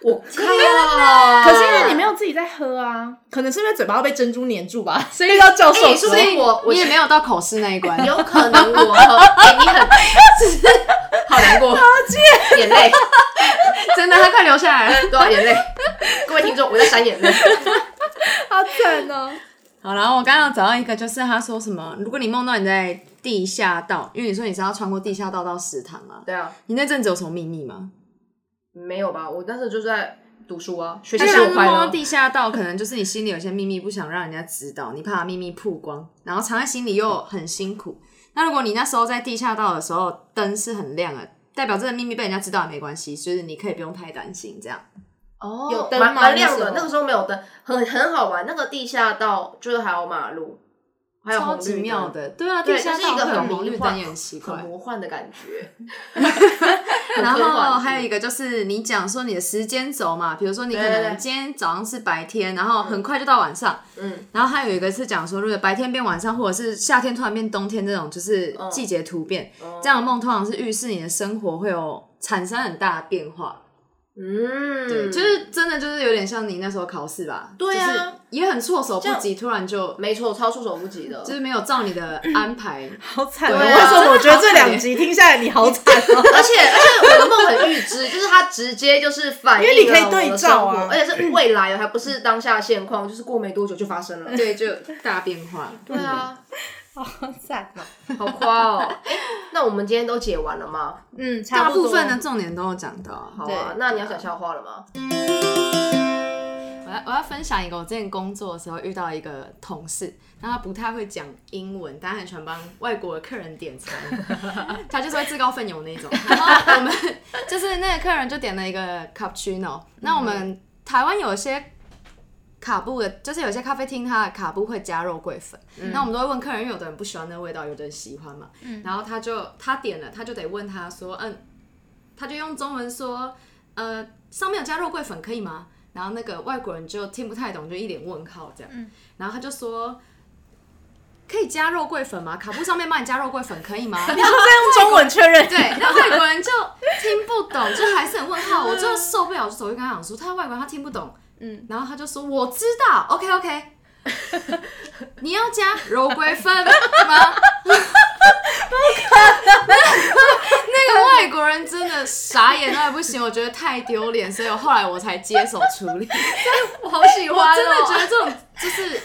[SPEAKER 1] 我靠！
[SPEAKER 2] 可是因为你没有自己在喝啊，可能是因为嘴巴被珍珠粘住吧， *laughs* 所以到教授
[SPEAKER 1] 哎说
[SPEAKER 2] 说
[SPEAKER 1] 不定我我
[SPEAKER 3] 你也没有到口试那
[SPEAKER 1] *laughs*
[SPEAKER 3] 一关。
[SPEAKER 1] 有可能
[SPEAKER 2] *laughs*
[SPEAKER 1] 我和、哎你很好难过，眼泪，
[SPEAKER 3] 真的，他快流下来了。
[SPEAKER 1] 多少眼泪？各位听众，我在闪眼泪。
[SPEAKER 2] 好惨哦。
[SPEAKER 3] 好，然后我刚刚有找到一个，就是他说什么，如果你梦到你在地下道，因为你说你是要穿过地下道到食堂啊，
[SPEAKER 1] 对啊，
[SPEAKER 3] 你那阵子有什么秘密吗？
[SPEAKER 1] 没有吧？我当时就是在读书啊，学
[SPEAKER 3] 其
[SPEAKER 1] 习
[SPEAKER 3] 实
[SPEAKER 1] 是
[SPEAKER 3] 我
[SPEAKER 1] 我
[SPEAKER 3] 梦
[SPEAKER 1] 快
[SPEAKER 3] 到
[SPEAKER 1] 乐。
[SPEAKER 3] 地下道，可能就是你心里有些秘密不想让人家知道，你怕秘密曝光，然后藏在心里又很辛苦。那如果你那时候在地下道的时候灯是很亮的，代表这个秘密被人家知道也没关系，就是你可以不用太担心这样。
[SPEAKER 1] 哦
[SPEAKER 2] 有灯
[SPEAKER 1] 蛮
[SPEAKER 2] 吗
[SPEAKER 1] 蛮亮的。
[SPEAKER 2] 那时候
[SPEAKER 1] 那个时候没有灯，很很好玩。那个地下道就是还有马路，还有
[SPEAKER 3] 超
[SPEAKER 1] 红
[SPEAKER 3] 级
[SPEAKER 1] 绿
[SPEAKER 3] 妙
[SPEAKER 1] 灯，
[SPEAKER 3] 的，对啊，
[SPEAKER 1] 对
[SPEAKER 3] 地下
[SPEAKER 1] 这是一
[SPEAKER 3] 道
[SPEAKER 1] 个
[SPEAKER 3] 会有
[SPEAKER 1] 很
[SPEAKER 3] 红绿
[SPEAKER 1] 魔幻
[SPEAKER 3] 灯也很奇
[SPEAKER 1] 很
[SPEAKER 3] 怪。
[SPEAKER 1] 魔幻的感
[SPEAKER 3] *laughs*
[SPEAKER 1] 觉。
[SPEAKER 3] 然
[SPEAKER 1] 科幻
[SPEAKER 3] 后
[SPEAKER 1] 是
[SPEAKER 3] 还有一个就是你讲说你的时间轴嘛，比如说你可
[SPEAKER 1] 对对对
[SPEAKER 3] 能今天早上是白天，然后很快就到晚上，
[SPEAKER 1] 嗯，
[SPEAKER 3] 然后还有一个是讲说如果白天变晚上，或者是夏天突然变冬天这种，就是
[SPEAKER 1] 嗯
[SPEAKER 3] 季节突变，
[SPEAKER 1] 哦
[SPEAKER 3] 这样的梦通常是预示你的生活会有产生很大的变化。
[SPEAKER 1] 嗯，
[SPEAKER 3] 对，就是真的就是有点像你那时候考试吧，
[SPEAKER 1] 对啊
[SPEAKER 3] 就是也很措手不及，突然就
[SPEAKER 1] 没错，超出手不及的。
[SPEAKER 3] 就是没有照你的
[SPEAKER 1] *laughs*
[SPEAKER 3] 安排。
[SPEAKER 2] 好惨哦！
[SPEAKER 1] 对啊
[SPEAKER 2] 为什么我觉得这
[SPEAKER 3] 真的好惨
[SPEAKER 2] 两集听下来你好惨哦？
[SPEAKER 1] 而且而且我的梦很预知，就是它直接就是反映
[SPEAKER 2] 因为你可以
[SPEAKER 1] 了我的
[SPEAKER 2] 对照啊
[SPEAKER 1] 生活而且是未来哦，还不是当下现况，就是过没多久就发
[SPEAKER 3] *laughs*
[SPEAKER 1] 生了。
[SPEAKER 3] 对，就大变化。
[SPEAKER 1] 对啊，
[SPEAKER 2] *laughs* 好惨哦。
[SPEAKER 1] 好夸哦！哎那我们今天都解完了吗？
[SPEAKER 2] 嗯，差
[SPEAKER 3] 大
[SPEAKER 2] 不多
[SPEAKER 3] 部分的重点都有讲到啊。
[SPEAKER 1] 好
[SPEAKER 2] 对
[SPEAKER 1] 啊，那你要讲笑话了吗？
[SPEAKER 3] 我要我要分享一个，我之前工作的时候遇到一个同事，然后他不太会讲英文，但他很喜欢帮外国的客人点餐，他就是会自告奋勇那一种。然后我们就是那个客人就点了一个 cappuccino，那我们台湾有一些。卡布的，就是有些咖啡厅它的卡布会加肉桂粉，那我们都会问客人，因为有的人不喜欢那个味道，有的人喜欢嘛。然后他就他点了，他就得问他说，嗯，他就用中文说，呃，上面有加肉桂粉可以吗？然后那个外国人就听不太懂，就一脸问号这样。然后他就说。可以加肉桂粉吗？卡布上面帮你加肉桂粉可以吗？ *laughs*
[SPEAKER 2] 你是在用中文确认？
[SPEAKER 3] 对，那外国人就听不懂，就还是很问号，我就受不了，我就走去跟他讲说，他外国人他听不懂，嗯，然后他就说我知道，OK OK，你要加肉桂粉吗？那那个外国人真的傻眼到也不行，我觉得太丢脸，所以我后来我才接手处理。
[SPEAKER 1] 我好喜
[SPEAKER 3] 我真的
[SPEAKER 1] 真的觉
[SPEAKER 3] 觉得这种就是
[SPEAKER 2] 可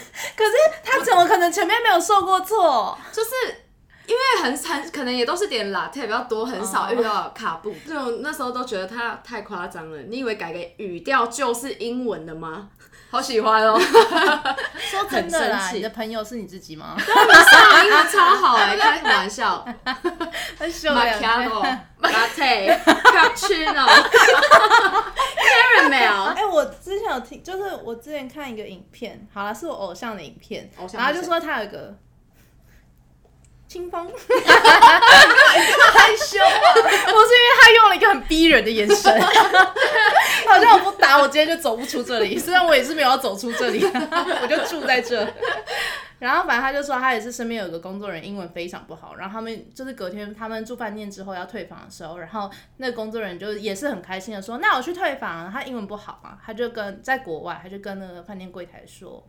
[SPEAKER 2] 是他怎么可能前面没有受过挫？
[SPEAKER 3] 就是因为很很可能也都是点 latte 比较多，很少遇到卡布。这种哦那时候都觉得他太夸张了。你以为改个语调就是英文的吗？
[SPEAKER 1] 好喜欢哦！
[SPEAKER 2] 说真的
[SPEAKER 3] 很生
[SPEAKER 2] 啦，
[SPEAKER 3] 气
[SPEAKER 2] 你的朋友是你自己
[SPEAKER 3] *laughs*
[SPEAKER 2] 吗？
[SPEAKER 3] 啊英文超好哎、开什么玩 *laughs* 笑
[SPEAKER 2] 很秀
[SPEAKER 3] ？Macchiato、latte、cappuccino、caramel。
[SPEAKER 2] 哎、我之前有听，就是我之前看一个影片，好了，是我偶像的影片，
[SPEAKER 3] 偶像
[SPEAKER 2] 然后
[SPEAKER 3] 是
[SPEAKER 2] 就
[SPEAKER 3] 谁
[SPEAKER 2] 说他有一个清风， *laughs* 害羞啊，不是因为他用了一个很逼人的眼神， *laughs* 好像我不打我今天就走不出这里，虽然我也是没有要走出这里， *laughs* 我就住在这。然后反正他就说，他也是身边有一个工作人员英文非常不好，然后他们就是隔天他们住饭店之后要退房的时候，然后那个工作人员就也是很开心的说，那我去退房啊，他英文不好嘛，他就跟在国外，他就跟那个饭店柜台说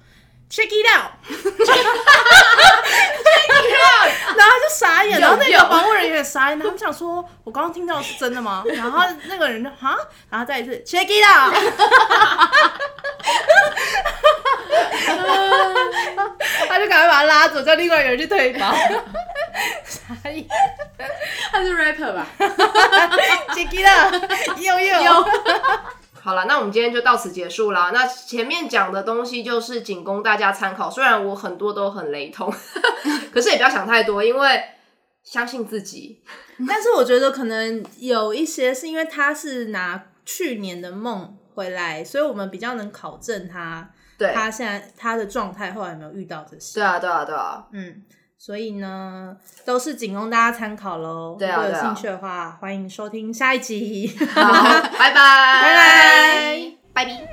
[SPEAKER 2] ，check it out，check *laughs* 然后他就傻眼，然后那
[SPEAKER 1] 有
[SPEAKER 2] 个防务人员也傻眼，然后他们想说，我刚刚听到的是真
[SPEAKER 1] *laughs*
[SPEAKER 2] 的吗？然后那个人就哈，然后再一次 check it out，他就赶快把他拉走，叫另外一个人去退
[SPEAKER 1] *laughs*
[SPEAKER 2] 房。傻眼
[SPEAKER 4] 他是 rapper 吧？
[SPEAKER 2] check it out，又又
[SPEAKER 1] *laughs* 好了，那我们今天就到此结束啦。那前面讲的东西就是仅供大家参考，虽然我很多都很雷同， *laughs* 可是也不要想太多，因为相信自己。
[SPEAKER 2] *laughs* 但是我觉得可能有一些是因为他是拿去年的梦回来，所以我们比较能考证他
[SPEAKER 1] 对，
[SPEAKER 2] 他现在他的状态后来有没有遇到这些。
[SPEAKER 1] 对啊，对啊，对啊，
[SPEAKER 2] 嗯，所以呢，都是仅供大家参考喽。
[SPEAKER 1] 对啊
[SPEAKER 2] 如果有
[SPEAKER 1] 对啊
[SPEAKER 2] 兴趣的
[SPEAKER 1] *laughs*
[SPEAKER 2] 话，欢迎收听下一集。
[SPEAKER 1] 好，拜拜，
[SPEAKER 2] 拜拜
[SPEAKER 1] 拜拜。